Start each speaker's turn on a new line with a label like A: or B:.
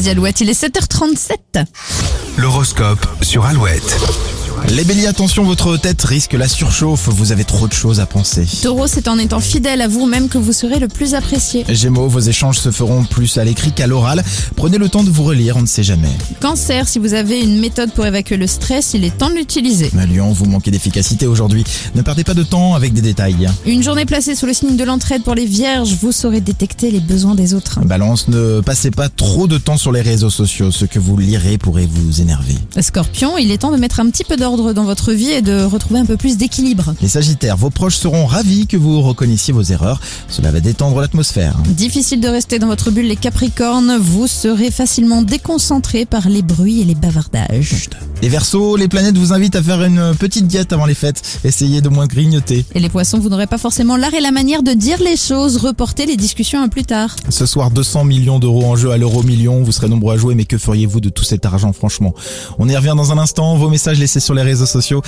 A: Mehdi Alouette, il est 7h37.
B: L'horoscope sur Alouette.
C: Les béliers, attention, votre tête risque la surchauffe, vous avez trop de choses à penser.
A: Taureau, c'est en étant fidèle à vous-même que vous serez le plus apprécié.
C: Gémeaux, vos échanges se feront plus à l'écrit qu'à l'oral. Prenez le temps de vous relire, on ne sait jamais.
A: Cancer, si vous avez une méthode pour évacuer le stress, il est temps de l'utiliser.
C: Lyon, vous manquez d'efficacité aujourd'hui. Ne perdez pas de temps avec des détails.
A: Une journée placée sous le signe de l'entraide pour les vierges, vous saurez détecter les besoins des autres.
C: Balance, ne passez pas trop de temps sur les réseaux sociaux. Ce que vous lirez pourrait vous énerver.
A: Scorpion, il est temps de mettre un petit peu d'ordre dans votre vie et de retrouver un peu plus d'équilibre.
C: Les sagittaires, vos proches seront ravis que vous reconnaissiez vos erreurs. Cela va détendre l'atmosphère.
A: Difficile de rester dans votre bulle, les capricornes, vous serez facilement déconcentrés par les bruits et les bavardages.
C: Les versos, les planètes vous invitent à faire une petite diète avant les fêtes. Essayez de moins grignoter.
A: Et les poissons, vous n'aurez pas forcément l'art et la manière de dire les choses, reportez les discussions à plus tard.
C: Ce soir, 200 millions d'euros en jeu à l'euro million. Vous serez nombreux à jouer, mais que feriez-vous de tout cet argent, franchement On y revient dans un instant. Vos messages laissés sur les réseaux sociaux.